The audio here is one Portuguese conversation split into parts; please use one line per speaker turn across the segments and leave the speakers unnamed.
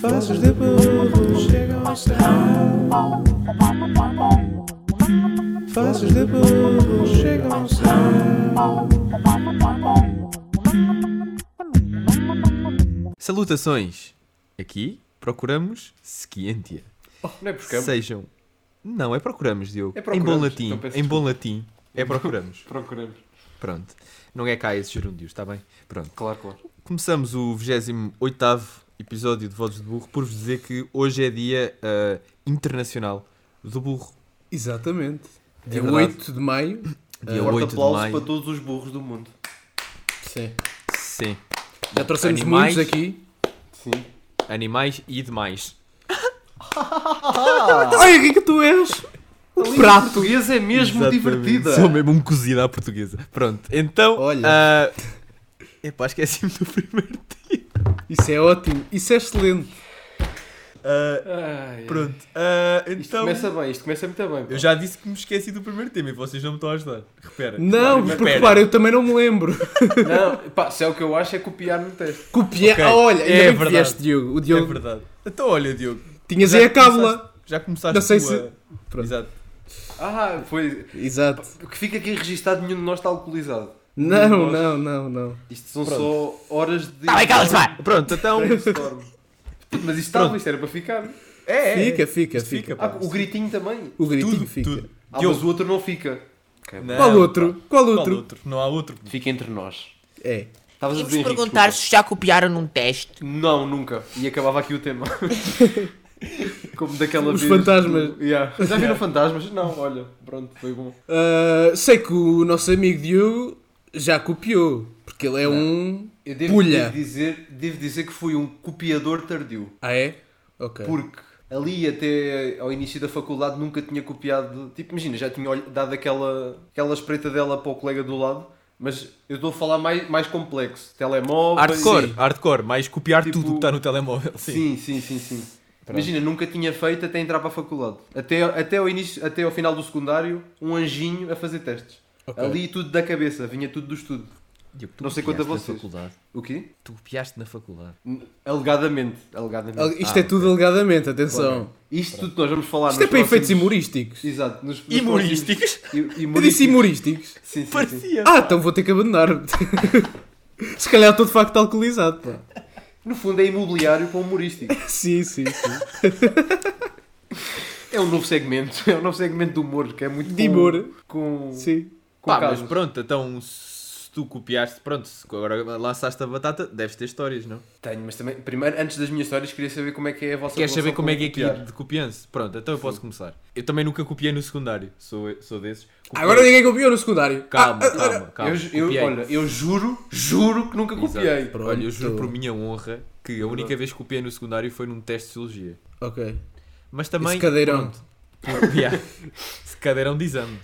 passos de burro chegam ao céu. Passos de burro chegam ao céu.
Salutações! Aqui procuramos Sequientia.
Não é por campo?
Sejam. Não, é procuramos, Diogo.
É
Em
procuramos,
bom latim.
então peço
em bom latim. É procuramos.
Procuramos.
Pronto. Não é cá esses gerúndios, está bem? Pronto.
Claro, claro.
Começamos o 28 episódio de Vozes de Burro por vos dizer que hoje é dia ah, internacional do burro.
Exatamente. Dia
É verdade.
8 de maio.
Dia
Ah,
Forte
8 de
aplauso
maio.
para todos os burros do mundo.
Sim.
Sim.
Já trouxemos
Animais.
muitos aqui.
Sim.
Animais e demais.
Ai, o que é que tu és?
Prato. português é mesmo
Exatamente.
divertida.
Um Sou mesmo um cozido à portuguesa. Pronto. Então.
Olha.
ah, Epá, esqueci-me do primeiro dia.
Isso é ótimo. Isso é excelente.
Ah,
Ai, ai.
Pronto, ah,
Isto
então.
começa bem, isto começa muito bem. pá.
Eu já disse que me esqueci do primeiro tema e vocês não me estão a ajudar. Repara.
Não,
Repara. é
porque repara, eu também não me lembro.
Não, pá, se é o que eu acho é copiar no teste.
Copiar.
Ok.
Ah, Olha, ainda
É
bem que
verdade.
vieste, Diogo. O
É
Diogo.
verdade. Então, olha, Diogo.
Tinhas
já
aí a cábula.
começaste- Já começaste
Não sei
tu
se-
a-
Pronto.
Exato.
Ah, foi.
Exato.
Que fica aqui registado, nenhum de nós está alcoolizado.
Não,
Nós-
não, não, não.
Isto são só horas de.
Pronto, então.
Brainstorm. Mas isto estava, isto era para ficar.
É, é.
Fica, fica,
Isto
fica.
fica.
Ah,
pá.
o gritinho também.
O gritinho
Tudo,
é fica.
tudo.
Ah, mas
Diogo,
o outro não fica.
não,
Qual outro? Qual
Qual
outro?
outro? Não há outro.
Fica entre nós.
É.
Estavas a
Vamos
dizer, Henrique,
perguntar se já copiaram num teste.
desculpa. Não, nunca. E acabava aqui o tema. Como daquela
Os
vez.
fantasmas.
Yeah. Já viram fantasmas? Não, olha. Pronto, foi bom.
Ah, sei que o nosso amigo Diogo já copiou, porque ele é um.
Eu devo,
Pulha.
devo dizer, devo dizer que fui um copiador tardio.
Ah, é? Ok.
Porque ali até ao início da faculdade nunca tinha copiado. Tipo, imagina, já tinha olh- dado aquela, aquela espreita dela para o colega do lado, mas eu estou a falar mais, mais complexo. Telemóvel.
Hardcore,
Sim.
hardcore, mais copiar
Tipo-
tudo o que está no telemóvel. Sim.
Sim, sim, sim, sim. Imagina, nunca tinha feito até entrar para a faculdade. Até, até, ao início, até ao final do secundário, um anjinho a fazer testes.
Ok.
Ali tudo da cabeça, vinha tudo do estudo.
Diogo, tu
Não sei
copiaste
quanto a
na
vocês.
faculdade.
O quê?
Tu copiaste na faculdade.
Alegadamente. Alegadamente. Ah,
Al-
Ah,
Isto é tudo alegadamente, atenção.
Isto tudo que nós vamos falar
Isto é
nos
para efeitos
próximos-
humorísticos.
Exato. Nos, nos
Humorísticos?
próximos-
Eu disse humorísticos.
Sim, sim, sim.
Parecia.
Ah, então vou ter que abandonar. Se calhar estou de facto alcoolizado. pá.
No fundo é imobiliário com humorístico.
Sim, sim, sim.
É um novo segmento. É um novo segmento de humor que é muito
De
com-
humor.
Com,
sim.
com
Pá, mas
casos.
pronto, então se tu copiaste, pronto, se agora lançaste a batata, deves ter histórias, não?
Tenho, mas também, primeiro, antes das minhas histórias, queria saber como é que é a vossa
Queres
relação
saber como
com
é que é
copiar.
aqui de copianço? Pronto, então eu posso começar. Eu também nunca copiei no secundário, sou, sou desses. Copiei-
Agora ninguém copiou no secundário.
Calma,
Ah, ah, ah,
calma, calma.
Eu ju- eu,
copiei.
olha, eu juro, juro que nunca
Exato.
copiei.
Pronto.
Olha, eu juro por minha honra que a única vez que copiei no secundário foi num teste de Sociologia.
Ah, Ok.
Mas
Esse
também,
cadeirão.
yeah, se cadeirão de exame.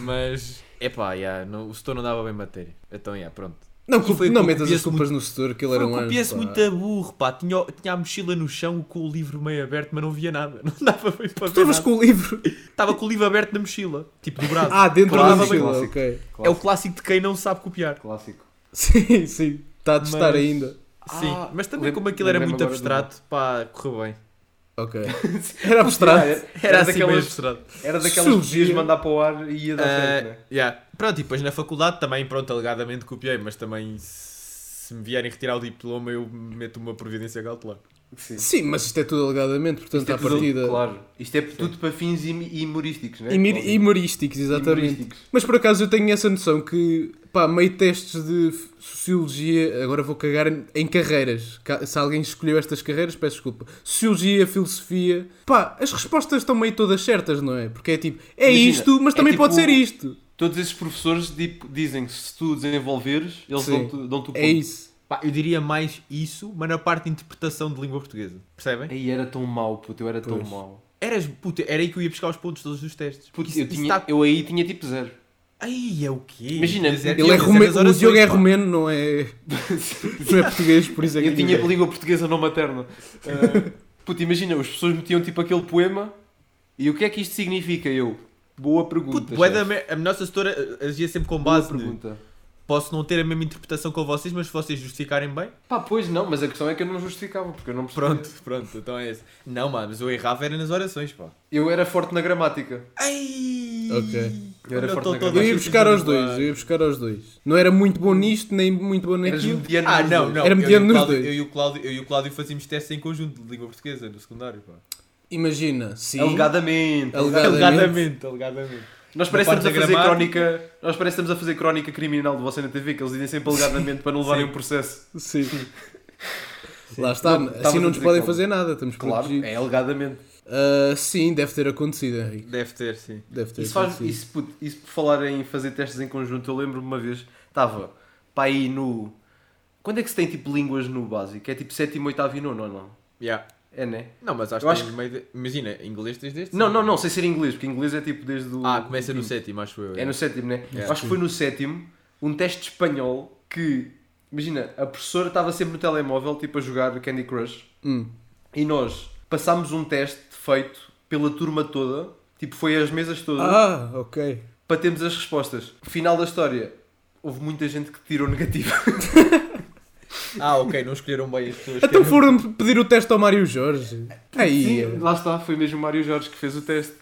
Mas, epá, yeah, não, o setor não dava bem matéria. Então, yeah, pronto.
Não,
E foi
não
que
metas as
copia-se
culpas no setor, que ele era
Eu
um anjo.
copia-se
pá.
muito a burro, pá. Tinha, o- tinha a mochila no chão com o livro meio aberto, mas não via nada. Não dava bem para
Então,
ver
Estavas
nada.
com o livro.
Estava com o livro aberto na mochila, tipo do braço.
Ah, dentro da
Claro,
mochila,
bem.
ok.
É o clássico de quem não sabe copiar.
Clássico.
Sim, sim. Está a testar
Mas-
ainda.
Sim, mas também
lem-
como aquilo era
lembrei-me
muito
Ah, agora do
abstrato, pá, correu bem.
Ok. Era abstrato.
Era,
Era, assim meio
daquelas,
abstrato.
era daquelas que podias
Surgia.
mandar para o ar e ia dar
Ah,
certo, né?
yeah. Pronto, e depois na faculdade também, pronto, alegadamente copiei, mas também se me vierem retirar o diploma eu meto uma providência cautelar.
Sim.
Sim, mas isto é tudo alegadamente, portanto, à
tudo-
partida.
Claro. Isto é tudo para fins im- humorísticos, né?
Imir-
Claro.
Humorísticos, exatamente.
Humorísticos.
Mas por acaso eu tenho essa noção que, pá, meio testes de f- sociologia, agora vou cagar em, em carreiras. Ca- Se alguém escolheu estas carreiras, peço desculpa. Sociologia, filosofia, pá, as respostas estão meio todas certas, não é? Porque é tipo, é
Imagina,
isto, mas
é
também pode
tipo-
ser isto.
Todos esses professores tipo, dizem que se tu desenvolveres, eles
Sim.
dão-te dão o ponto.
É isso.
Pá, eu diria mais isso, mas na parte de interpretação de língua portuguesa, percebem?
Aí era tão mau, puto, eu era tão
Pois.
mau.
Eras, puta, era aí que eu ia buscar os pontos todos os testes.
Puto,
Isso-
eu,
isso
tinha,
tá-
eu aí tinha tipo zero.
Ai, é o quê?
Imagina,
Mas era-
Ele é
tipo,
mas era
rume...
das
O
orações,
Diogo é
pá.
romeno, não é, não é português, por isso é que
Eu tinha
digo.
língua portuguesa não materna. Ah, puto, imagina, as pessoas metiam tipo aquele poema e o que é que isto significa? Eu, boa pergunta.
Puto, bué da
chefe.
mer- a nossa setora eh, agia sempre com
boa
base. né? de-
pergunta.
posso não ter a mesma interpretação com vocês, mas se vocês justificarem bem,
Pá, pois não, mas a questão é que eu não justificava, porque eu não percebia.
pronto, pronto, então é isso. Não, mano, mas eu errava era nas orações, pá.
Eu era forte na gramática.
Ai!
Ok.
Eu era
Olha,
forte
tô
na
todo
Eu ia
achei
buscar
que
aos
tudo
dois,
bem.
eu ia buscar aos dois. Não era muito bom nisto, nem muito bom
Eras um
naquilo.
mediano
Ah,
nos
não,
dois.
não.
Era
eu e o
mediano nos
Cláudio-
dois.
Eu e o Cláudio, eu e o Cláudio fazíamos testes em conjunto de língua portuguesa no secundário, pá.
Imagina, sim.
É um Alegadamente.
Alega- Alegadamente.
Alegadamente, alegadamente.
Nós parece que
Na parte
estamos a fazer
da gramática.
crónica. Nós parece que estamos a fazer crónica criminal de você na TV, que eles dizem sempre alegadamente para não levarem um processo.
Sim. Lá está,
estavas
assim
a
não nos
dizer
podem
como?
fazer nada, estamos
Claro,
protegidos.
é alegadamente.
Ah, sim, deve ter acontecido, Henrique.
Deve ter, sim.
Deve ter
Isso, faz,
acontecido.
isso, puto, isso por falar em fazer testes em conjunto, eu lembro-me uma vez, estava para aí no. Quando é que se tem tipo línguas no básico? É tipo sétimo, oitavo e nono, ou não?
Yeah.
É, né?
Não, mas acho
Eu
que
acho
tens meio de... Imagina, inglês tens deste?
Não, não, não, sem ser inglês, porque inglês é tipo desde o.
Ah, começa no sétimo, acho eu.
É no sétimo, né?
É.
Acho que foi no sétimo um teste de espanhol que, imagina, a professora estava sempre no telemóvel, tipo a jogar Candy Crush,
Hum.
e nós passámos um teste feito pela turma toda, tipo foi às mesas todas,
Ah, ok.
para termos as respostas. Final da história, houve muita gente que tirou negativo.
Ah, ok, não escolheram bem as pessoas. que
Então
eram-
foram pedir o teste ao Mário Jorge. Aí.
Sim, lá está, foi mesmo o Mário Jorge que fez o teste.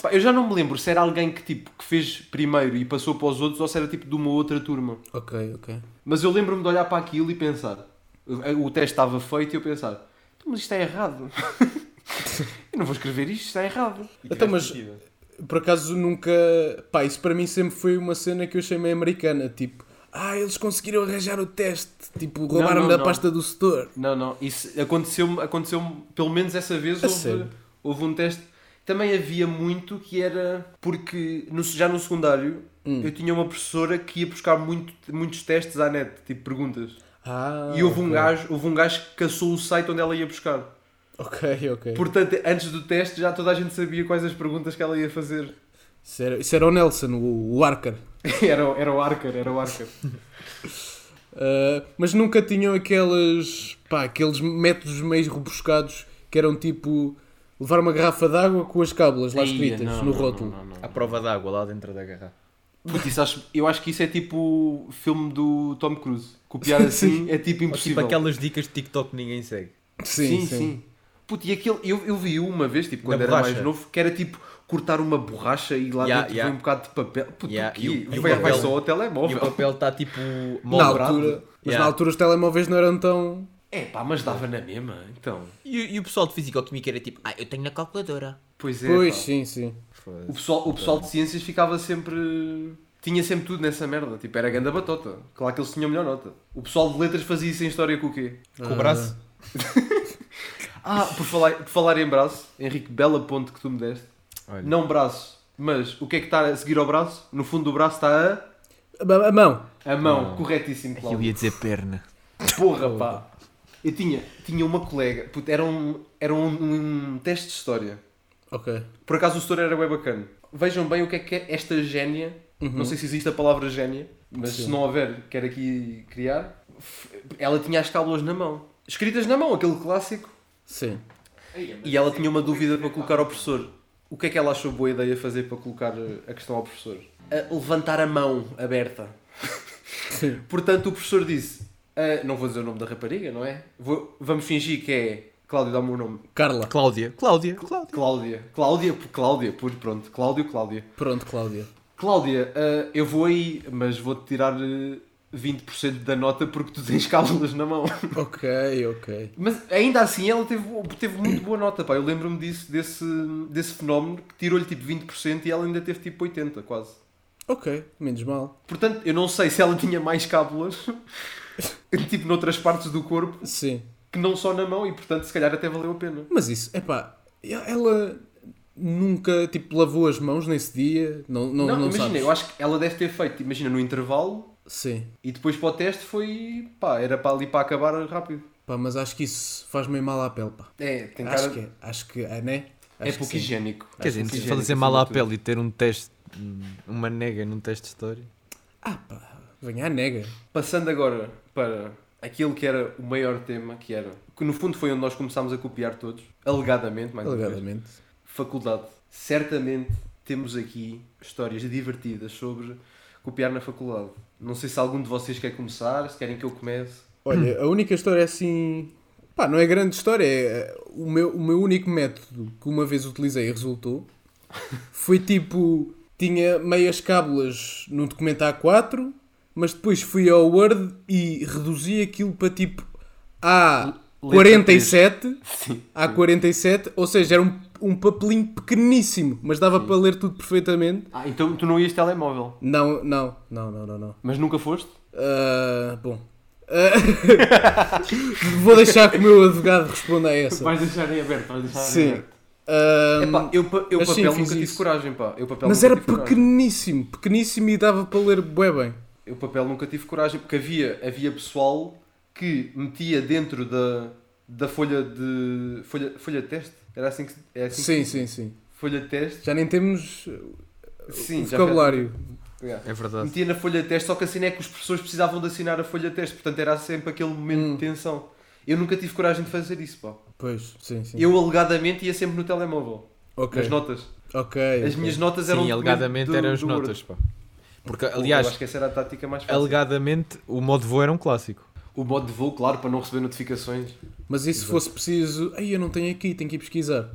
Pá, eu já não me lembro se era alguém que tipo que fez primeiro e passou para os outros ou se era tipo de uma outra turma.
Ok, ok.
Mas eu lembro-me de olhar para aquilo e pensar. O teste estava feito e eu pensar, "Então, mas isto é errado. eu não vou escrever isto, isto é errado.
E tiveste
Então, mas-
mentira.
Por acaso nunca. Pá, isso para mim sempre foi uma cena que eu chamei americana. Tipo, ah, eles conseguiram arranjar o teste. Tipo, roubaram-me
não,
da
não.
pasta do setor.
Não, não, isso aconteceu-me, aconteceu pelo menos essa vez
A
houve,
sério?
houve um teste. Também havia muito que era porque no, já no secundário eu tinha uma professora que ia buscar muito, muitos testes à net, tipo perguntas.
Ah.
e houve um,
ok.
gajo, houve um gajo que caçou o site onde ela ia buscar.
Ah, Ok, ok.
Portanto, antes do teste já toda a gente sabia quais as perguntas que ela ia fazer.
Isso, era, isso era o Nelson, o, o Arcar.
Era, o- era o Arker, era o Arker.
Ah, mas nunca tinham aquelas. pá, aqueles métodos meio rebuscados que eram tipo. levar uma garrafa d'água com as cábulas lá escritas no rótulo.
À prova d'água lá dentro da garrafa. Tipo
Puto, isso acho- eu acho que isso é tipo o filme do Tom Cruise. Copiar assim é tipo
Ou tipo
impossível.
aquelas dicas de TikTok que ninguém segue.
Sim, sim.
Puto, e aquele, eu, eu vi uma vez, tipo, quando
Da
era
borracha.
mais novo, que era tipo cortar uma borracha e lá
Yeah,
dentro
yeah.
vem um bocado de papel. Puto,
Yeah,
o
e
quê?
o- e o
vai, vai
papel-
só ao
E o
telemóvel.
papel está tipo
Na
molbrado.
altura, mas
Yeah.
na altura os telemóveis não eram tão.
É pá, mas dava na mesma, então.
E, e o pessoal de Físico-Química era tipo, ah, eu tenho na calculadora.
Pois é.
Pois,
pá.
sim, sim.
O pessoal, o pessoal de ciências ficava sempre. Tinha sempre tudo nessa merda. Tipo, era ganda batota. Claro que eles tinham melhor nota. O pessoal de letras fazia isso em história com o quê?
Com o braço.
Ah, por falar, por falar em braço, Henrique, bela ponte que tu me deste.
Olha.
Não braço, mas o que é que está a seguir ao braço? No fundo do braço tá está
A, a mão.
a, a mão. Corretíssimo, Cláudio.
Ah. dizer perna.
Porra, pá. Eu tinha, tinha uma colega, puto, era, um, era um, um teste de história.
Ok.
Por acaso o setor era bem bacana. Vejam bem o que é que é esta génia. Não sei se existe a palavra génia, mas se não houver, quero aqui criar. F- Ela tinha as cábulas na mão. Escritas na mão, aquele clássico.
Sim.
E ela tinha uma dúvida para colocar ao professor. O que é que ela achou boa ideia fazer para colocar uh, a questão ao professor? A levantar a mão aberta.
Sim.
Portanto, o professor disse: "Ah, Não vou dizer o nome da rapariga, não é? Vou- vamos fingir que é. Cláudio, dá-me o nome.
Carla.
Cláudia. Cláudia. Cláudia.
Cláudia. Cláudia, por Cláudia, por pronto. Cláudio, Cláudia.
Pronto, Cláudia.
Cláudia, ah, eu vou aí, mas vou-te tirar ah, 20% da nota porque tu tens cábulas na mão.
Ok, ok.
Mas ainda assim ela teve, teve muito boa nota, pá. Eu lembro-me disso, desse, desse fenómeno que tirou-lhe tipo 20% e ela ainda teve tipo 80%, quase.
Ok, menos mal.
Portanto, eu não sei se ela tinha mais cábulas, tipo noutras partes do corpo,
Sim.
que não só na mão e portanto se calhar até valeu a pena.
Mas isso, epá, ela nunca, tipo, lavou as mãos nesse dia? Não,
Não,
não, não,
imagina,
sabes?
eu acho que ela deve ter feito, imagina, no intervalo
Sim.
e depois para o teste foi, pá, era para ali para acabar rápido.
Pá, mas acho que isso faz meio mal à pele, pá.
É, tem cara...
Acho que é. Acho que é, né?
É
Acho que
pouco
sim.
higiênico.
Quer dizer, se fazer mal à pele e ter um teste, um, uma nega num teste de história.
Ah, pá. Venha à nega.
Passando agora para aquilo que era o maior tema, que era, que no fundo foi onde nós começámos a copiar todos, alegadamente, mais uma vez.
Alegadamente.
faculdade. Certamente temos aqui histórias divertidas sobre copiar na faculdade. Não sei se algum de vocês quer começar, se querem que eu comece.
Olha, a única história assim. Pá, não é grande história. É... uh, O, meu, o meu único método que uma vez utilizei e resultou foi tipo. Tinha meias cábulas num documento A4, mas depois fui ao Word e reduzi aquilo para tipo A47.
Sim.
A47, ou seja, era um, um papelinho pequeníssimo, mas dava para ler tudo perfeitamente.
Ah, então tu não ias telemóvel.
Não, não, não, não, não. não.
Mas nunca foste?
Ah, bom. Ah, vou deixar que o meu advogado responda a essa.
Vais deixar em aberto, vais deixar em
Sim.
aberto.
Ah,
Epá, eu, pa- eu
mas
papel
sim,
nunca
fiz
tive
isso.
coragem, pá. Eu papel
mas
nunca
era
tive coragem.
pequeníssimo, pequeníssimo e dava para ler bué bem.
Eu papel nunca tive coragem, porque havia, havia pessoal que metia dentro da, da folha de. Folha, folha de teste? Era assim que. se- É assim
Sim,
que, se-
sim, sim.
Folha de teste?
Já nem temos
Sim, já-
vocabulário.
Yeah.
É verdade.
Metia na folha de teste, só que assim é que os professores precisavam de assinar a folha de teste, portanto era sempre aquele momento
Hum.
de tensão. Eu nunca tive coragem de fazer isso, pá.
Pois, sim, sim.
Eu alegadamente ia sempre no telemóvel,
ok,
nas notas.
ok.
As minhas notas eram.
Sim,
documento
alegadamente
um do-
eram as
do Word.
notas, pá. Porque,
Eu acho
aliás,
que essa era a tática mais fácil.
alegadamente, o modo voo era um clássico.
O modo de voo, claro, para não receber notificações.
Mas e se fosse preciso. Ai, eu não tenho aqui, tenho que ir pesquisar.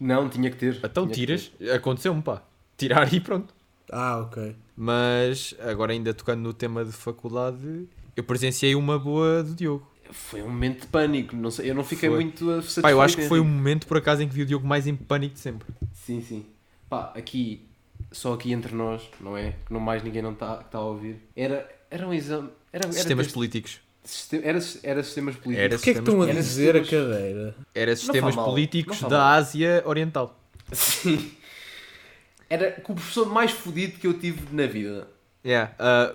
Não, tinha que ter.
Então
Tinha que
tiras, aconteceu-me, pá. Tirar e pronto.
Ah, ok.
Mas, agora ainda tocando no tema de faculdade, eu presenciei uma boa do Diogo.
ter. Foi um momento de pânico. Não sei, eu não fiquei
Foi.
muito a- satisfeito.
Pá, eu acho que foi um- o
um.
momento, por acaso, em que vi o Diogo mais em pânico de sempre.
Sim, sim. Pá, aqui, só aqui entre nós, não é? Que não mais ninguém não está tá a ouvir. Era, era um exame. Era, era
Sistemas
teste-
políticos.
sistem- era, era sistemas políticos.
Era
Porquê é que estão a
Era
dizer a
sistemas-
cadeira?
Era sistemas
mal,
políticos
não faz
da
mal.
Ásia Oriental.
Sim. Era com o professor mais fodido que eu tive na vida.
Yeah. ah,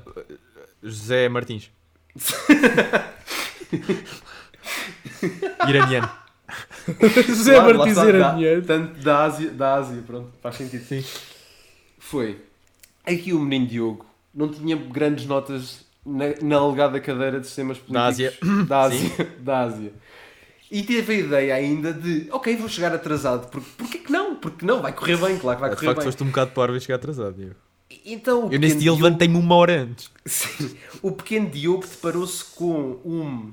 José Martins. Iraniano.
José
Claro, lá
Martins
está,
era
da-
dinheiro.
Tanto da Ásia, da Ásia, pronto, faz sentido. Sim. Foi. Aqui o menino Diogo não tinha grandes notas na, na alegada cadeira de sistemas políticos.
Da Ásia.
Da Ásia. da Ásia. E teve a ideia ainda de, ok, vou chegar atrasado, porque, porque que não? Porque não, vai correr bem, claro que vai
de
correr
facto,
bem.
foste um bocado parvo e chegar atrasado, Diogo.
Então, o
Eu nesse
pequeno
dia
Diogo-
levantei-me uma hora antes.
Sim. O pequeno Diogo deparou-se com um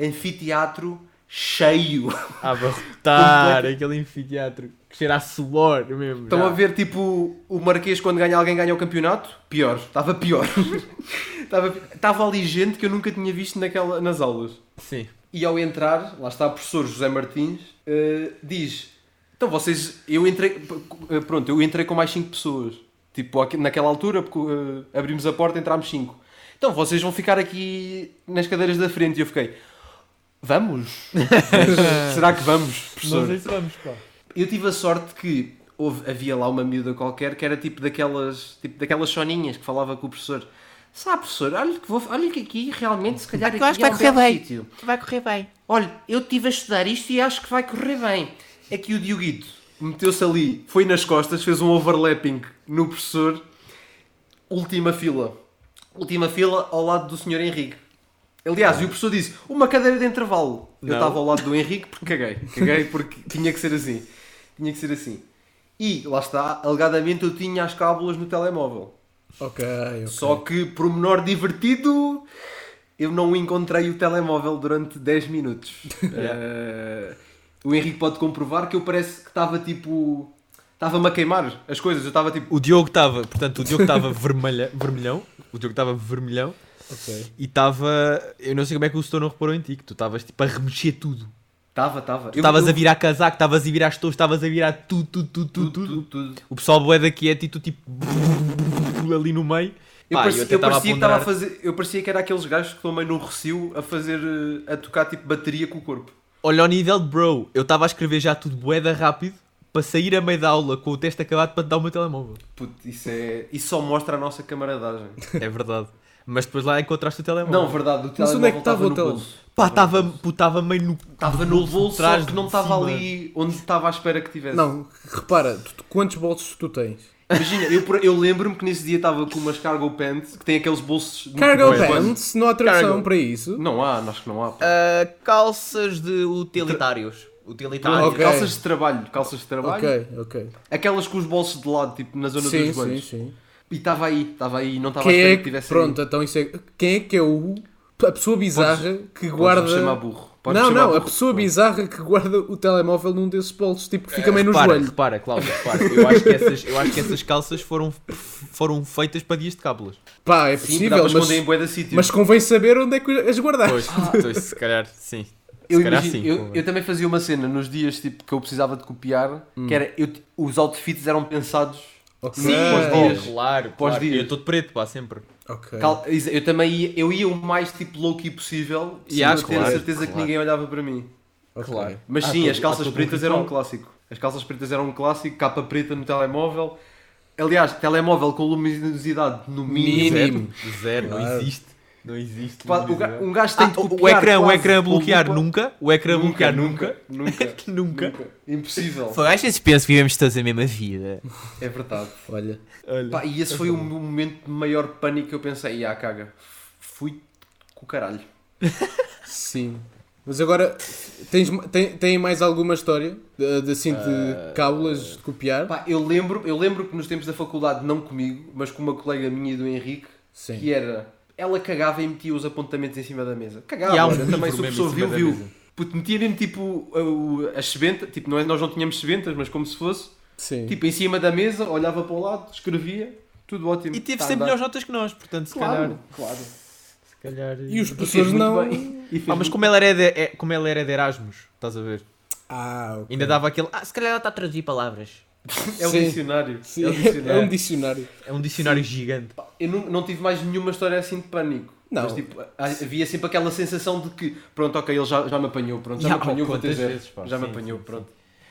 anfiteatro cheio.
A abarrotar aquele anfiteatro que cheira a suor mesmo.
Estão
já.
a ver tipo o Marquês quando ganha alguém ganha o campeonato? Pior, estava pior. estava, estava ali gente que eu nunca tinha visto naquela, nas aulas.
Sim.
E ao entrar, lá está o professor José Martins, eh, diz: Então vocês, eu entrei, p- eh, pronto, eu entrei com mais 5 pessoas. Tipo, aqui- naquela altura, porque, eh, abrimos a porta, entrámos 5. Então vocês vão ficar aqui nas cadeiras da frente. E eu fiquei: Vamos? Será que vamos, professor?
Não sei se vamos, pá.
Eu tive a sorte que houve- havia lá uma miúda qualquer que era tipo daquelas, tipo daquelas soninhas que falava com o professor. Sabe, professor, olha que, vou, olha que aqui realmente se calhar
Porque
aqui
eu acho que
é
vai
um
correr
belo
bem.
sítio.
Vai correr bem.
Olha, eu estive a estudar isto e acho que vai correr bem. É que o Dioguito meteu-se ali, foi nas costas, fez um overlapping no professor. Última fila. Última fila ao lado do senhor Henrique. Aliás, e o professor disse, uma cadeira de intervalo. Eu
Não.
estava ao lado do Henrique porque caguei. Caguei porque tinha que ser assim. Tinha que ser assim. E, lá está, alegadamente eu tinha as cábulas no telemóvel.
Ok, ok.
Só que, por menor divertido, eu não encontrei o telemóvel durante 10 minutos. Eh, o Henrique pode comprovar que eu parece que estava tipo. Estava-me a queimar as coisas. Eu estava tipo.
O Diogo estava, portanto, o Diogo estava vermelha- vermelhão. O Diogo estava vermelhão
ok.
e estava. Eu não sei como é que o setor não reparou em ti, que tu estavas tipo a remexer tudo.
Estava, estava.
Tu estavas a virar casaco, estavas a virar estou, estavas a virar tudo, tudo, tudo, tudo, tudo.
tudo, tudo.
O pessoal boeda quieto e tu tipo ali no meio.
Eu
Pá,
parecia,
até
eu
tava
parecia que estava a
ponderar-
fazer. Eu parecia que era aqueles gajos que também no recio a fazer. eh, a tocar tipo bateria com o corpo.
Olha o nível de bro, eu estava a escrever já tudo boeda rápido para sair a meio da aula com o teste acabado para te dar o meu telemóvel.
Puto, isso é. Isso só mostra a nossa camaradagem.
É verdade. Mas depois lá encontraste o telemóvel.
Não, verdade, o
Mas
telemóvel
onde é que
estava
estava o
no
tele?
bolso.
Pá, estava estava meio no.
Estava no bolso, só
trás,
que não
de
estava
cima.
ali onde estava à espera que tivesse.
Não, repara, tu- quantos bolsos tu tens?
Imagina, eu, por- eu lembro-me que nesse dia estava com umas cargo pants, que tem aqueles bolsos... muito
Cargo
grandes.
pants, não há tradução
Cargo.
para isso.
Não há, acho que não há. pá.
Ah, calças de utilitários.
Ah,
Utilitários.
Ok.
tipo, Calças de trabalho, calças de trabalho.
Ok, ok.
Aquelas com os bolsos de lado, tipo na zona
Sim,
dos
sim,
joelhos.
sim.
E estava aí, estava aí, não estava à
Quem
espera que
é que,
tivesse
pronto, então isso é, quem é que é o, a pessoa bizarra que guarda...
Podes um chamar burro. Podes
não,
chamar
não, a
burro.
pessoa bizarra que guarda o telemóvel num desses bolsos, tipo, que
Eh,
fica meio no
repara,
joelho.
Repara, Cláudio, repara. Eu acho que essas, eu acho que essas calças foram, foram feitas para dias de cábulas.
Pá, é
Sim, dá para
possível,
esconder em
mas,
bué de sítios.
mas convém saber onde é que as guardaste.
Pois, pois, se calhar, sim. Se
Eu,
calhar
imagino-
sim.
eu, eu também fazia uma cena nos dias tipo, que eu precisava de copiar, que era eu, t- os outfits eram pensados.
Ok.
Hum. Sim, pós
Oh,
dias.
claro,
Pós
claro.
dias.
Eu estou de preto, pá, sempre.
Ok.
Cal- exa- Eu também ia, eu ia o mais tipo low-key possível e
Sim,
a ter
claro,
a certeza que
claro. Ah,
ninguém olhava para mim.
ok.
Mas sim, as calças pretas eram um clássico. As calças pretas eram um clássico, capa preta no telemóvel. Aliás, telemóvel com luminosidade no mínimo.
Mínimo.
Zero, zero, não
Claro.
existe. Não existe.
Pá,
não
o ga-
existe.
Um gajo tem
Ah,
de
o-
copiar
o ecrã, o
quase
ecrã a
com lupa.
bloquear nunca, o ecrã a
Nunca,
bloquear
nunca,
nunca,
nunca,
nunca.
nunca. Impossível.
Foi, às vezes penso que vivemos todos a mesma vida.
É verdade.
Olha.
Olha.
Pá, e esse foi o meu momento de maior pânico que eu pensei, ia caga. Fui com o caralho.
Sim. Mas agora, tens, tem, tem mais alguma história? De, de, assim, de cábulas de copiar?
Ah, Pá, eu lembro, eu lembro que nos tempos da faculdade, não comigo, mas com uma colega minha e do Henrique,
Sim.
que é era. Ela cagava e metia os apontamentos em cima da mesa. Cagava,
E há um
olha, também se
livro mesmo
a pessoa
em
viu,
cima da
viu.
mesa.
Puto, metia mesmo tipo a, o- as sebentas, tipo, não é, nós não tínhamos sebentas, mas como se fosse,
Sim.
tipo em cima da mesa, olhava para o lado, escrevia, tudo ótimo.
E teve
Tá a
sempre
andar.
melhores notas que nós, portanto, se
Claro,
calhar.
claro.
Se calhar.
E os
E fez
professores
muito
não.
bem. E fez
Ah, mas
muito
como ela, era de, é- como ela era de Erasmus, estás a ver?
um
Ah, ok.
Ainda dava aquele. Ah,
Ah, se calhar ela está a traduzir palavras.
É um
Sim.
dicionário.
Sim,
É um dicionário.
É um dicionário.
é um dicionário gigante.
Eu não, não tive mais nenhuma história assim de pânico.
Não.
Mas tipo, ha- havia sempre aquela sensação de que, pronto, ok, ele já, já me apanhou, pronto, já
Já,
me apanhou,
pá,
vou ter
quantas
zero.
vezes, pá,
Já me
sim,
apanhou,
sim,
pronto.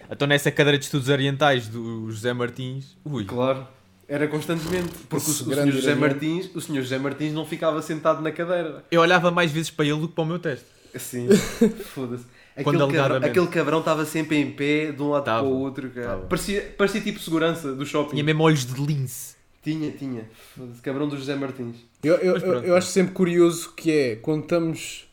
Então nessa cadeira de estudos orientais do José Martins. Ui.
Claro. Era constantemente. Porque o,
Esse
o senhor
grande
José
iraniano.
Martins, o senhor José Martins não ficava sentado na cadeira.
Eu olhava mais vezes para ele do que para o meu teste.
Assim, foda-se. Aquele
Quando
cabrão,
alegadamente.
aquele cabrão estava sempre em pé, de um lado
Tava,
para o outro. cara.
tava.
Parecia, parecia tipo segurança do shopping.
Tinha mesmo olhos de lince.
Tinha, tinha. Foda-se, Cabrão do José Martins.
Eu, eu,
Mas pronto.
eu, eu acho sempre curioso que é quando estamos.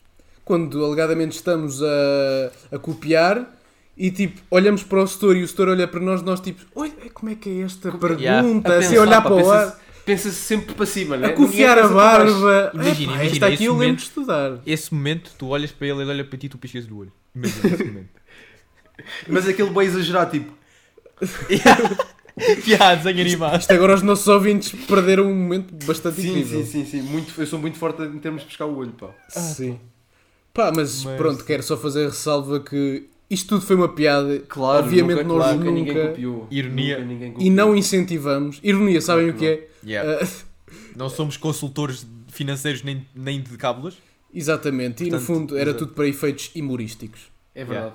Quando alegadamente estamos a, a copiar e tipo, olhamos para o setor e o setor olha para nós, nós tipo, olha como é que é esta pergunta?
Yeah.
A
Assim,
pensar,
olhar
Ah, pá,
para o ar,
pensa-se- Pensa-se sempre para cima, né?
a cofiar a
Ninguém pensa para baixo.
barba.
Imagina,
Epá,
imagina,
Esta aqui
esse
eu lembro
momento-
de estudar.
Esse momento, tu olhas para ele, ele olha para ti e tu piscas do olho. Imagina esse momento.
Mas aquele bem exagerado, tipo,
Piá, desenho animado.
Isto agora os nossos ouvintes perderam um momento bastante
sim,
incrível.
sim, sim, sim, muito, eu sou muito forte em termos de pescar o olho, pá.
Sim. Ah. Pá, mas,
Mas-
pronto, quero só fazer a ressalva que isto tudo foi uma piada.
Claro,
Obviamente
nunca, claro,
nós
nunca ninguém
nunca-
copiou.
Ironia.
Nunca ninguém
E
copiou.
não incentivamos. Ironia, sabem o que é?
Yeah.
Ah,
Não somos consultores financeiros nem, nem de cábulas.
exatamente. E no
Portanto,
fundo era
exato.
tudo para efeitos humorísticos.
É verdade.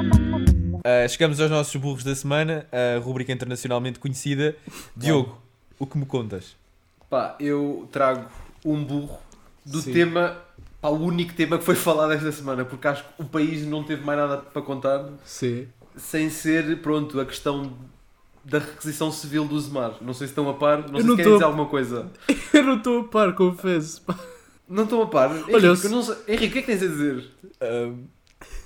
Uh, chegamos aos nossos burros da semana, a rubrica internacionalmente conhecida. Diogo, o que me contas?
Pá, eu trago um burro do
Sim.
tema, pá, o único tema que foi falado esta semana, porque acho que o país não teve mais nada para contar,
Sim.
sem ser, pronto, a questão da requisição civil do Zemar. Não sei se estão a par, não
Eu
sei
não
se querem
tô.
dizer alguma coisa.
Eu não estou a par, confesso. pá.
Não estão a par? Henrique,
eu se-
eu não sei- Henrique, o que é que tens a dizer?
Ah,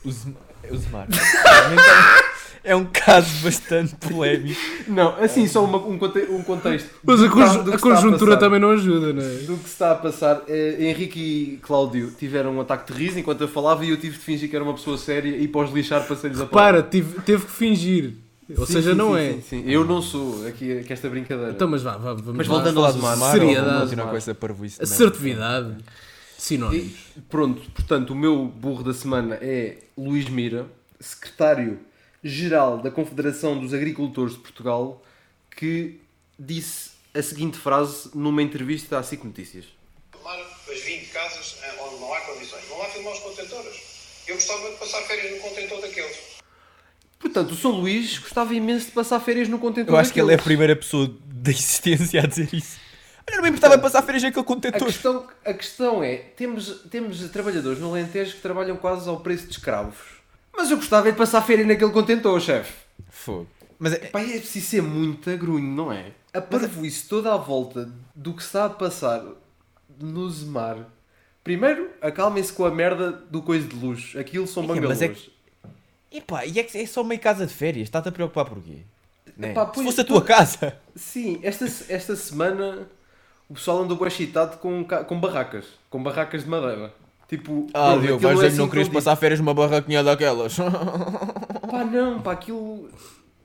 o, Zem- é o Zemar. Realmente é um caso bastante polémico.
Não, assim, só uma- um, conte- um contexto.
Mas
do
a,
que
conju-
tá- do que
a
está a
conjuntura
passar.
também não ajuda, não é?
Do que se está a passar, eh, Henrique e Cláudio tiveram um ataque de riso enquanto eu falava e eu tive de fingir que era uma pessoa séria e pós lixar para lhes a
Para,
palavra.
tive- teve que fingir. Ou
Sim,
seja,
sim,
não
sim,
é.
sim, sim. Eu não sou aqui que esta brincadeira.
Então, mas vá, vá vamos
Mas
lá.
voltando ao Zemar,
seriedade.
ou continuar com essa parvoíce de merda?
Assertividade. Sinónimo.
E, pronto, portanto, o meu burro da semana é Luís Mira, secretário-geral da Confederação dos Agricultores de Portugal, que disse a seguinte frase numa entrevista à SIC Notícias.
filmar as 20 casas eh, onde não há condições. Vão lá filmar os contentores. Eu gostava de passar férias no contentor daqueles.
Portanto, o São Luís gostava imenso de passar férias no contentor
Eu acho que ele é a
daqueles.
primeira pessoa da existência a dizer isso. Olha, não me importava passar férias naquele
A
contentor.
questão, a questão é, temos, temos trabalhadores no Alentejo que trabalham quase ao preço de escravos. Mas eu gostava é de passar férias naquele contentor, chefe.
Fogo. Mas é,
Pai, é preciso ser muito agrunho, não é? A parvoíce toda à volta do que está a passar no Zemar. Primeiro, acalmem-se com a merda do coisa de luz. Aquilo são
Ih, É, mas
bangalôs.
é que- epá, e é, que é só meio casa de férias. Estás-te a preocupar porquê?
Né?
Se fosse a tua casa.
Sim, esta, se- esta semana o pessoal andou bem excitado com, ca- com barracas. Com barracas de madeira. Tipo,
Ah,
meu,
Diogo,
aquilo
vais
é
dizer que
assim
não querias
tão
passar férias numa barraquinha daquelas.
Pá, não, pá, aquilo.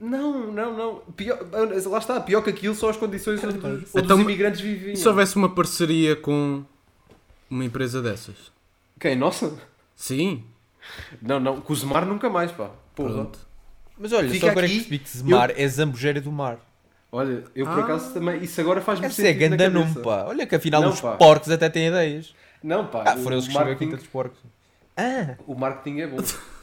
Não, não, não. Pior... Lá está, pior que aquilo são as condições onde, onde
Então,
os imigrantes viviam.
E se houvesse uma parceria com uma empresa dessas?
Quem? Nossa?
Sim.
Não, não, Cozumar nunca mais, pá. Porra.
Pronto.
Mas olha,
Fica
só agora é que
aqui,
percebi que Zemar é Zambujeira do Mar.
Olha, eu por
Ah.
acaso também. Isso agora faz-me
Esse é
sentido. na
ganda
cabeça.
nome, pá. Olha que afinal
Não,
os
pá.
porcos até têm ideias.
Não, pá.
Ah,
o,
foram eles que chegam à
marketing,
Quinta dos Porcos. Ah,
o marketing é bom.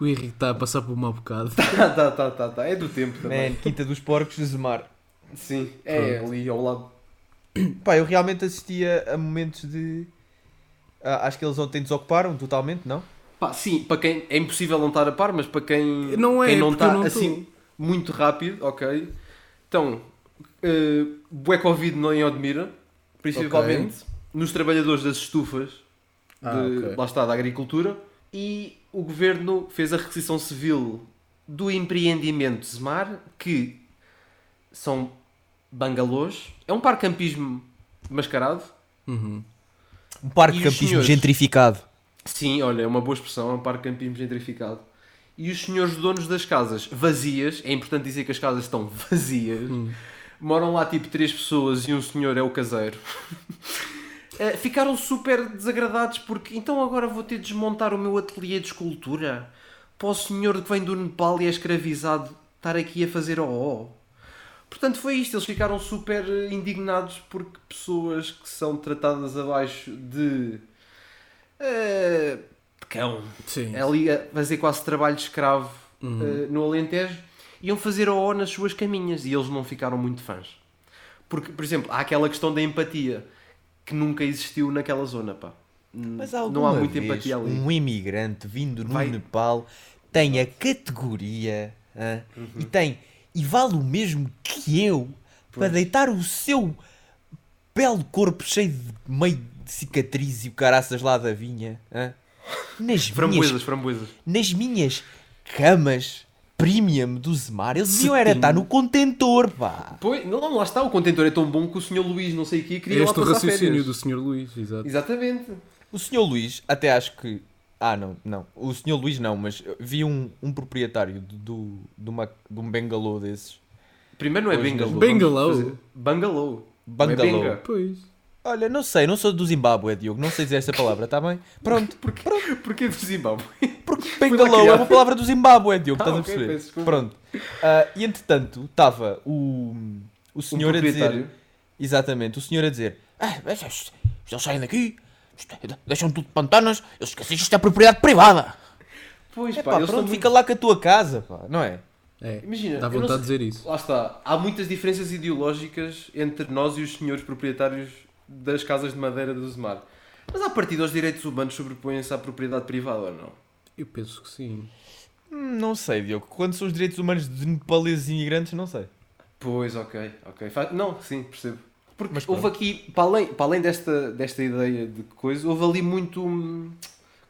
O Henrique está a passar por um mau bocado.
tá, tá, tá, tá, tá. É do tempo também.
man, Quinta dos Porcos, Zemar.
Sim, é ali ao lado.
Pá, eu realmente assistia a momentos de... Ah, acho que eles ontem desocuparam totalmente, não?
Pá, sim, para quem é impossível não estar a par, mas para quem
Não é,
quem não
porque eu
está
não tô.
assim muito rápido, ok. Então, uh, bué Covid não em Odmira, principalmente nos trabalhadores das estufas,
Ah,
de-
ok.
lá está, da agricultura, e o governo fez a requisição civil do empreendimento SMAR, que são bangalôs, é um parcampismo mascarado.
Um parque
E
de
os
campismo
senhores?
gentrificado.
Sim, olha, é uma boa expressão, é um parque campismo gentrificado. E os senhores donos das casas vazias, é importante dizer que as casas estão vazias, moram lá tipo três pessoas e um senhor é o caseiro. Eh, Ficaram super desagradados porque então agora vou ter de desmontar o meu ateliê de escultura para o senhor que vem do Nepal e é escravizado estar aqui a fazer OO. Portanto, foi isto. Eles ficaram super eh, indignados porque pessoas que são tratadas abaixo de eh, de cão.
Sim.
Ali a fazer quase trabalho de escravo eh, no Alentejo. Iam fazer OO nas suas caminhas e eles não ficaram muito fãs. Porque, por exemplo, há aquela questão da empatia que nunca existiu naquela zona, pá.
Mas
não há
alguma
muita
vez
empatia ali.
Um imigrante vindo no
Vai-
Nepal tem a categoria hã? e
Uhum.
tem e vale o mesmo que eu para deitar o seu belo corpo cheio de meio de cicatriz e o caraças lá da vinha hã? nas minhas,
Framboesas, framboesas.
nas minhas camas premium do Zemar. Eles iam era estar no contentor, pá.
Pois, não, lá está, o contentor é tão bom que o senhor Luís, não sei o que,
É
queria lá
este o
passar férias.
raciocínio do Sr. Luís, exato.
Exatamente.
O senhor Luís, até acho que. Ah, não, não. O senhor Luís não, mas vi um, um proprietário do, do, de uma- de um bengalô desses.
Primeiro não é
Pois,
bengalô.
Bengalô.
vamos fazer- Bangalô.
Bangalô.
Não é benga.
Pois.
Olha, não sei, não sou do Zimbábue, Diogo, não sei dizer essa palavra, tá bem? Pronto,
Porquê, porquê do Zimbábue?
porque
lá
bengalô é
criar.
uma palavra do Zimbábue, Diogo,
Ah,
estás
ok,
a perceber?
peço desculpa.
Pronto. Ah, e entretanto, estava o, o
Um
senhor a dizer.
proprietário.
Exatamente, o senhor a dizer.
Ah, mas eles eles saem daqui, isto- deixam tudo de pantanas, eles esquecem que isto é propriedade privada.
Pois,
É
pá,
pá,
eles são
pronto,
muito-
fica lá com a tua casa, pá, não é?
É.
Imagina,
Dá
eu não
vontade de
sei-
dizer isso.
Lá está. Há muitas diferenças ideológicas entre nós e os senhores proprietários das casas de madeira do Zemar. Mas à partida os direitos humanos sobrepõem-se à propriedade privada ou não?
Eu penso que sim.
Hum, Não sei, Diogo. Quando são os direitos humanos de nepaleses imigrantes, não sei.
Pois, ok, ok. Fa- Não, sim, percebo. Porque
Mas
houve aqui, para além, para além desta, desta ideia de coisa, houve ali muito. hum,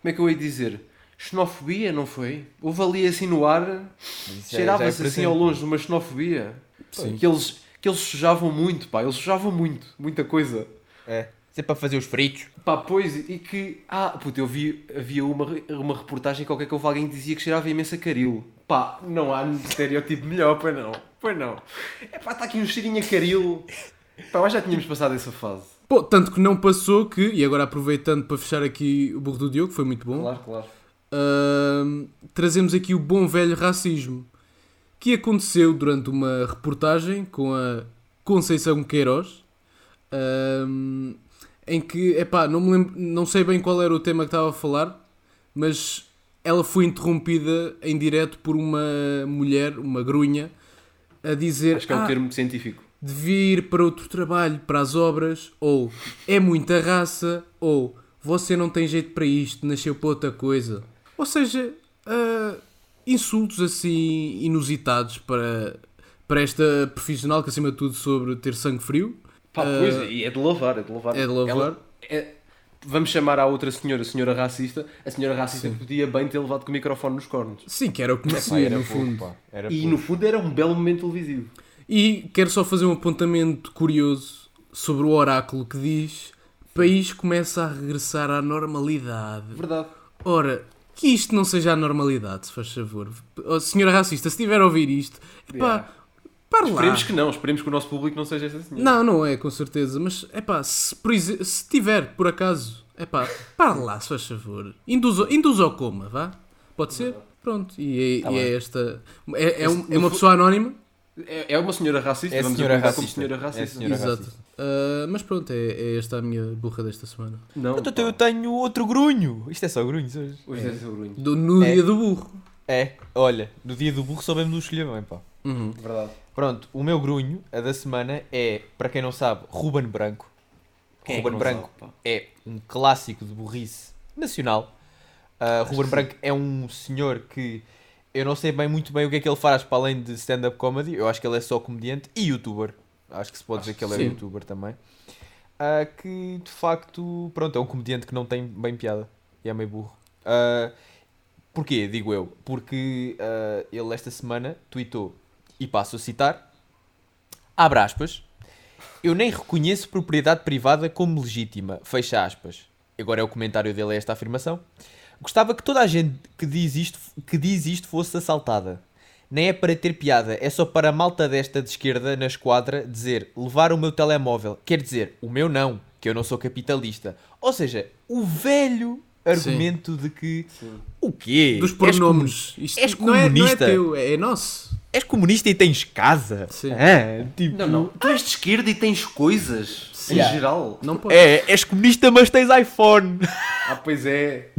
Como é que eu ia dizer? Xenofobia, não foi? Houve ali assim no ar,
Isso já- já é
cheirava-se
para
assim
sempre.
ao longe uma xenofobia.
Sim.
Que eles, que eles sujavam muito, pá, eles sujavam muito, muita coisa.
É. Isso é para fazer os fritos.
Pá, pois, e que. Ah, puto, eu vi. Havia uma, re- uma reportagem qualquer que houve alguém que dizia que cheirava imenso a caril. Pá, não há estereótipo melhor, pois não. Pois não. É pá, está aqui um cheirinho a caril. Pá, nós já tínhamos passado essa fase.
Pô, tanto que não passou que, e agora aproveitando para fechar aqui o burro do Diogo, que foi muito bom,
Claro, claro.
ahm, trazemos aqui o bom velho racismo, que aconteceu durante uma reportagem com a Conceição Queiroz, ahm, em que, epá, não, me lembro, não sei bem qual era o tema que estava a falar, mas ela foi interrompida em direto por uma mulher, uma grunha, a dizer...
Acho que é um
"Ah,
termo científico.
devia ir para outro trabalho, para as obras, ou é muita raça, ou você não tem jeito para isto, nasceu para outra coisa. Ou seja, ah, insultos assim inusitados para, para esta profissional que, acima de tudo, sobre ter sangue frio.
Pá, pois, e Ah. é de louvar, é de louvar.
é de louvar.
Ela- é- Vamos chamar à outra senhora, a senhora racista. A senhora racista podia bem ter levado com o microfone nos cornos.
Sim, que era o que
Pá,
merecia,
era
no
pouco,
fundo.
pá, era
E
pouco.
no fundo era um belo momento televisivo.
E quero só fazer um apontamento curioso sobre o oráculo que diz: país começa a regressar à normalidade.
Verdade.
Ora, que isto não seja a normalidade, se faz favor. Oh, senhora racista, se tiver a ouvir isto, epá, pare lá.
Esperemos que não, esperemos que o nosso público não seja essa senhora.
Não, não é, com certeza, mas epá, se, por exe- se tiver, por acaso, epá, pare lá, se faz favor. Induza, induza ao coma, vá? Pode ser? Pronto, e é, e é esta. É, é um- é uma pessoa anónima?
É, é uma senhora racista,
É
vamos
senhora
apontar
racista.
como senhora
É
racista.
senhora
Exato.
racista.
Ah, mas pronto, é, é esta a minha burra desta semana.
Não,
Então eu tenho outro grunho. Isto é só grunhos hoje.
Os dez é o grunho.
Do, no
É.
dia do burro.
É, olha, no dia do burro soubemos do escolher bem, pá.
Verdade.
Pronto, o meu grunho, a da semana, é, para quem não sabe, Ruben Branco.
Quem é
Ruben
que não
Branco
sabe, pá?
é um clássico de burrice nacional. Uh, Ruben Branco é um senhor que eu não sei bem muito bem o que é que ele faz para além de stand-up comedy. Eu acho que ele é só comediante e youtuber. Acho que se pode dizer que ele é
sim.
youtuber também. Uh, que de facto, pronto, é um comediante que não tem bem piada e é meio burro. Uh, porquê? Digo eu. Porque uh, ele esta semana tweetou, e passo a citar, abre aspas, eu nem reconheço propriedade privada como legítima. Fecha aspas. Agora é o comentário dele a esta afirmação. Gostava que toda a gente que diz isto, que diz isto fosse assaltada. Nem é para ter piada, é só para a malta desta de esquerda na esquadra dizer levar o meu telemóvel. Quer dizer, o meu não, que eu não sou capitalista. Ou seja, o velho argumento de que. O quê?
Dos
És
pronomes. Isto
és
não, é, não é
comunista.
teu, é, é nosso.
comu- És comunista e tens casa?
Sim.
Ah, tipo,
Não, não. Tu és de esquerda e tens coisas.
Yeah.
Em geral.
Não pode.
É, és comunista, mas tens iPhone.
Ah, pois é.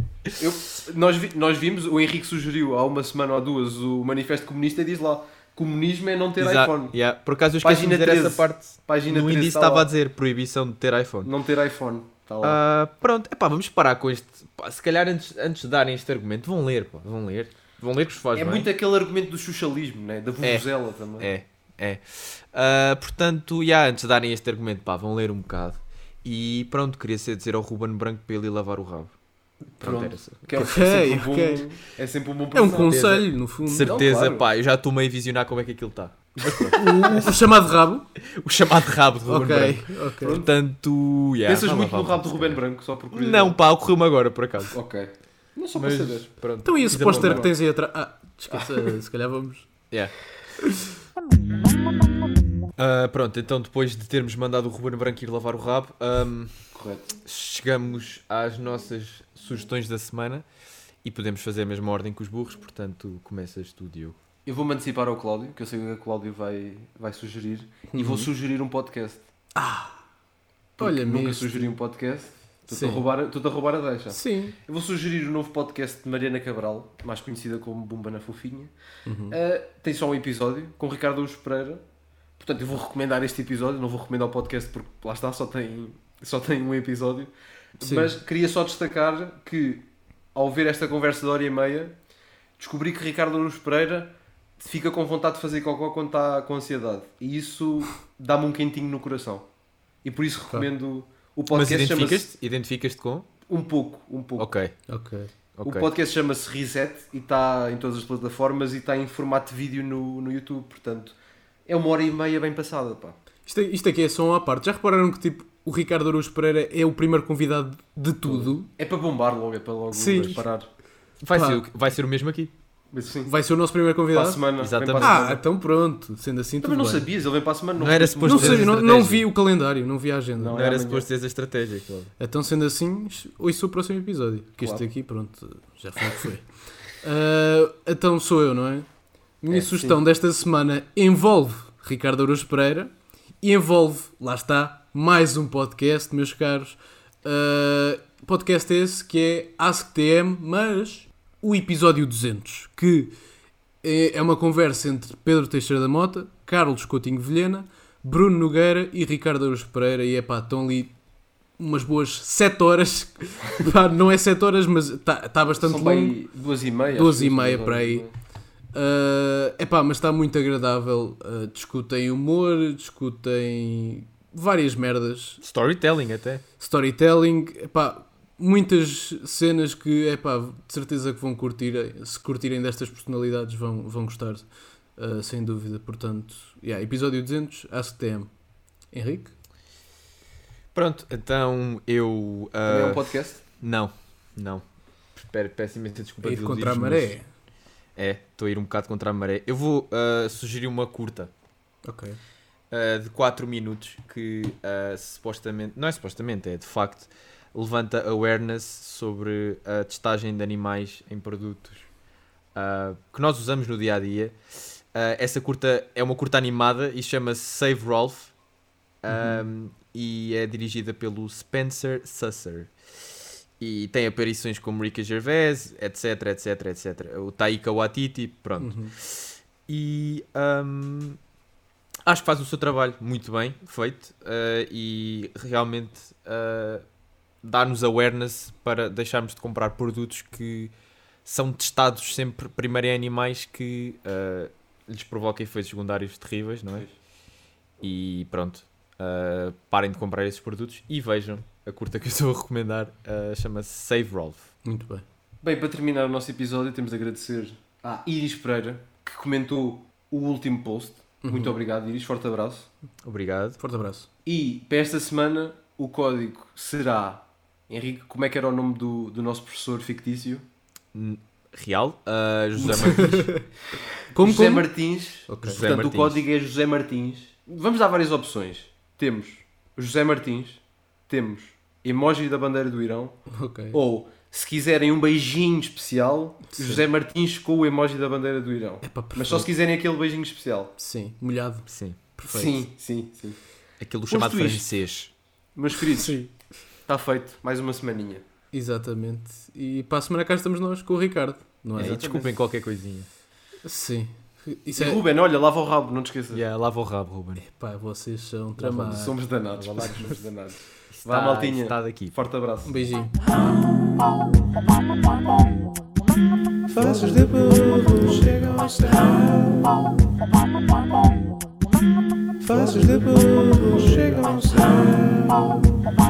Eu- nós, vi- nós vimos, o Henrique sugeriu há uma semana ou duas o Manifesto Comunista e diz lá: comunismo é não ter
Exato,
iPhone.
yeah. Por acaso eu esqueci
Página
de dizer
13.
essa parte.
Página
no
13
índice
está
estava
lá.
a dizer proibição de ter iPhone.
Não ter iPhone. Tá lá.
Ah, pronto, epá, vamos parar com este. pá, se calhar antes, antes de darem este argumento, vão ler, pá, vão ler. Vão ler que os faz
é
bem.
muito aquele argumento do socialismo, né? da Vuvuzela também.
É, é. Ah, portanto, já, antes de darem este argumento, pá, vão ler um bocado. E pronto, queria ser dizer ao Ruben Branco para ele ir lavar o rabo. Pronto, era só.
Que é,
Ok,
é sempre um bom,
ok.
é sempre um bom
É um
presente.
conselho, no fundo.
De certeza,
claro.
pá, eu já estou meio a visionar como é que aquilo está.
É O, o chamado rabo.
O chamado rabo de Ruben
ok,
Branco.
ok.
Portanto, já. vá
Pensas
lá,
muito
vá
no
lá,
rabo do
se
Rubén
calhar.
Branco, só por curiosidade.
Não, pá, ocorreu-me agora, por acaso.
Ok. Não só para
Mas,
saber.
pronto.
Então e esse
Isa
póster
Moura.
que tens aí atrás? Ah, esqueça, se calhar vamos.
Yeah. Ah, pronto, então depois de termos mandado o Ruben Branco ir lavar o rabo, ahm,
Correto.
chegamos às nossas sugestões da semana e podemos fazer a mesma ordem que os burros, portanto começas tu, Diogo.
Eu vou-me antecipar ao Cláudio, que eu sei o que o Cláudio vai, vai sugerir. E vou sugerir um podcast. Porque
Olha,
Nunca
mesmo.
sugeri um podcast. Estou-te
Sim.
a roubar, estou-te a roubar a deixa.
Sim.
Eu vou sugerir o novo podcast de Mariana Cabral, mais conhecida como Bumba na Fofinha.
Uhum.
Ah, tem só um episódio, com Ricardo Augusto Pereira. Portanto, eu vou recomendar este episódio, não vou recomendar o podcast porque lá está, só tem, só tem um episódio. Mas queria só destacar que, ao ver esta conversa de hora e meia, descobri que Ricardo Augusto Pereira fica com vontade de fazer cocó quando está com ansiedade. E isso dá-me um quentinho no coração. E por isso recomendo o
Tá. Mas
podcast. Chama-se
identificas-te? Identificas-te com?
um pouco, um pouco.
Ok,
Ok.
ok.
O podcast chama-se Reset e está em todas as plataformas e está em formato de vídeo no, no YouTube, portanto é uma hora e meia bem passada, pá.
Isto, isto aqui é só uma parte. Já repararam que tipo o Ricardo Araújo Pereira é o primeiro convidado de tudo?
É para bombar logo, é para logo
Sim.
parar.
Vai,
Pá.
ser, o que- vai ser o mesmo aqui.
Mas sim,
Vai ser o nosso primeiro
para a
convidado?
semana. vem
Exatamente.
para a semana.
Ah, então pronto. Sendo assim, tudo
Também não
bem.
sabias, ele vem para a semana.
Não era suposto
Não
Pois tens
sei,
a
não,
estratégia.
não vi o calendário, não vi a agenda.
Não.
Não era
amanhã.
suposto teres a estratégia, claro.
Então, sendo assim, ouço o próximo episódio. Que este aqui, pronto, já foi o que foi. Ah, então sou eu, não é? Minha sugestão desta semana envolve Ricardo Araújo Pereira e envolve, lá está, mais um podcast, meus caros. Ah, podcast esse que é AskTM, mas o episódio 200, que é é uma conversa entre Pedro Teixeira da Mota, Carlos Coutinho Vilhena, Bruno Nogueira e Ricardo Araújo Pereira. E é pá, estão ali umas boas 7 horas. Pá, não é 7 horas, mas está tá bastante
São
longo.
bem duas e meia.
Duas
acho que
e
é,
meia,
duas
para aí.
horas.
Uh, epá, mas está muito agradável. Uh, discutem humor, discutem várias merdas.
Storytelling até.
Storytelling, epá, muitas cenas que, é pá, de certeza que vão curtir, se curtirem destas personalidades, vão, vão gostar, ah, sem dúvida. Portanto, yeah, episódio 200, AskTM. Henrique?
Pronto, então eu. ah,
Também é um podcast.
Não, não. Pe- Peço imensa desculpa
Para É ir
de
contra a
iludir-vos,
maré.
mas É, estou a ir um bocado contra a maré. Eu vou ah, sugerir uma curta
Ok.
ah, de 4 minutos que ah, supostamente, não é supostamente, é de facto, levanta awareness sobre a testagem de animais em produtos ah, que nós usamos no dia a dia. essa curta é uma curta animada e chama-se Save Rolf ah, e é dirigida pelo Spencer Susser. E tem aparições como Rica Gervais, etc, etc, etc. O Taika Waititi, pronto. E ah, acho que faz o seu trabalho muito bem feito eh, e realmente eh, dá-nos awareness para deixarmos de comprar produtos que são testados sempre primeiro em animais que eh, lhes provocam efeitos secundários terríveis, não é? E pronto, eh, parem de comprar esses produtos e vejam a curta que eu estou a recomendar, eh, chama-se Save Rolf.
Muito bem.
Bem, para terminar o nosso episódio, temos de agradecer à Iris Pereira, que comentou o último post.
Uhum.
Muito obrigado, Iris. Forte abraço.
Obrigado.
Forte abraço.
E para esta semana, o código será. Henrique, como é que era o nome do, do nosso professor fictício?
Real, eh, José Martins.
Como,
José
como?
Martins.
Ok.
José
Portanto,
Martins.
o código é José Martins. Vamos dar várias opções. Temos José Martins, temos emoji da bandeira do Irão,
Ok.
ou se quiserem um beijinho especial, José Martins com o emoji da bandeira do Irão.
Epá, perfeito.
Mas só se quiserem aquele beijinho especial.
Sim, molhado.
Sim,
Perfeito.
Sim, sim, sim.
aquilo chamado
isto.
francês.
Meus queridos, está feito. Mais uma semaninha.
Exatamente. E para a semana cá estamos nós com o Ricardo, não
É,
é?
e desculpem qualquer coisinha.
Sim. Isso
E
é.
Ruben, olha, lava o rabo, não te esqueças.
Yeah, lava o rabo, Ruben.
Pá, vocês são tramados.
Somos danados. pá, Somos danados. Vá,
Está-
maltinha.
Está daqui.
Forte abraço.
Um beijinho.
Faces de burro chegam ao céu.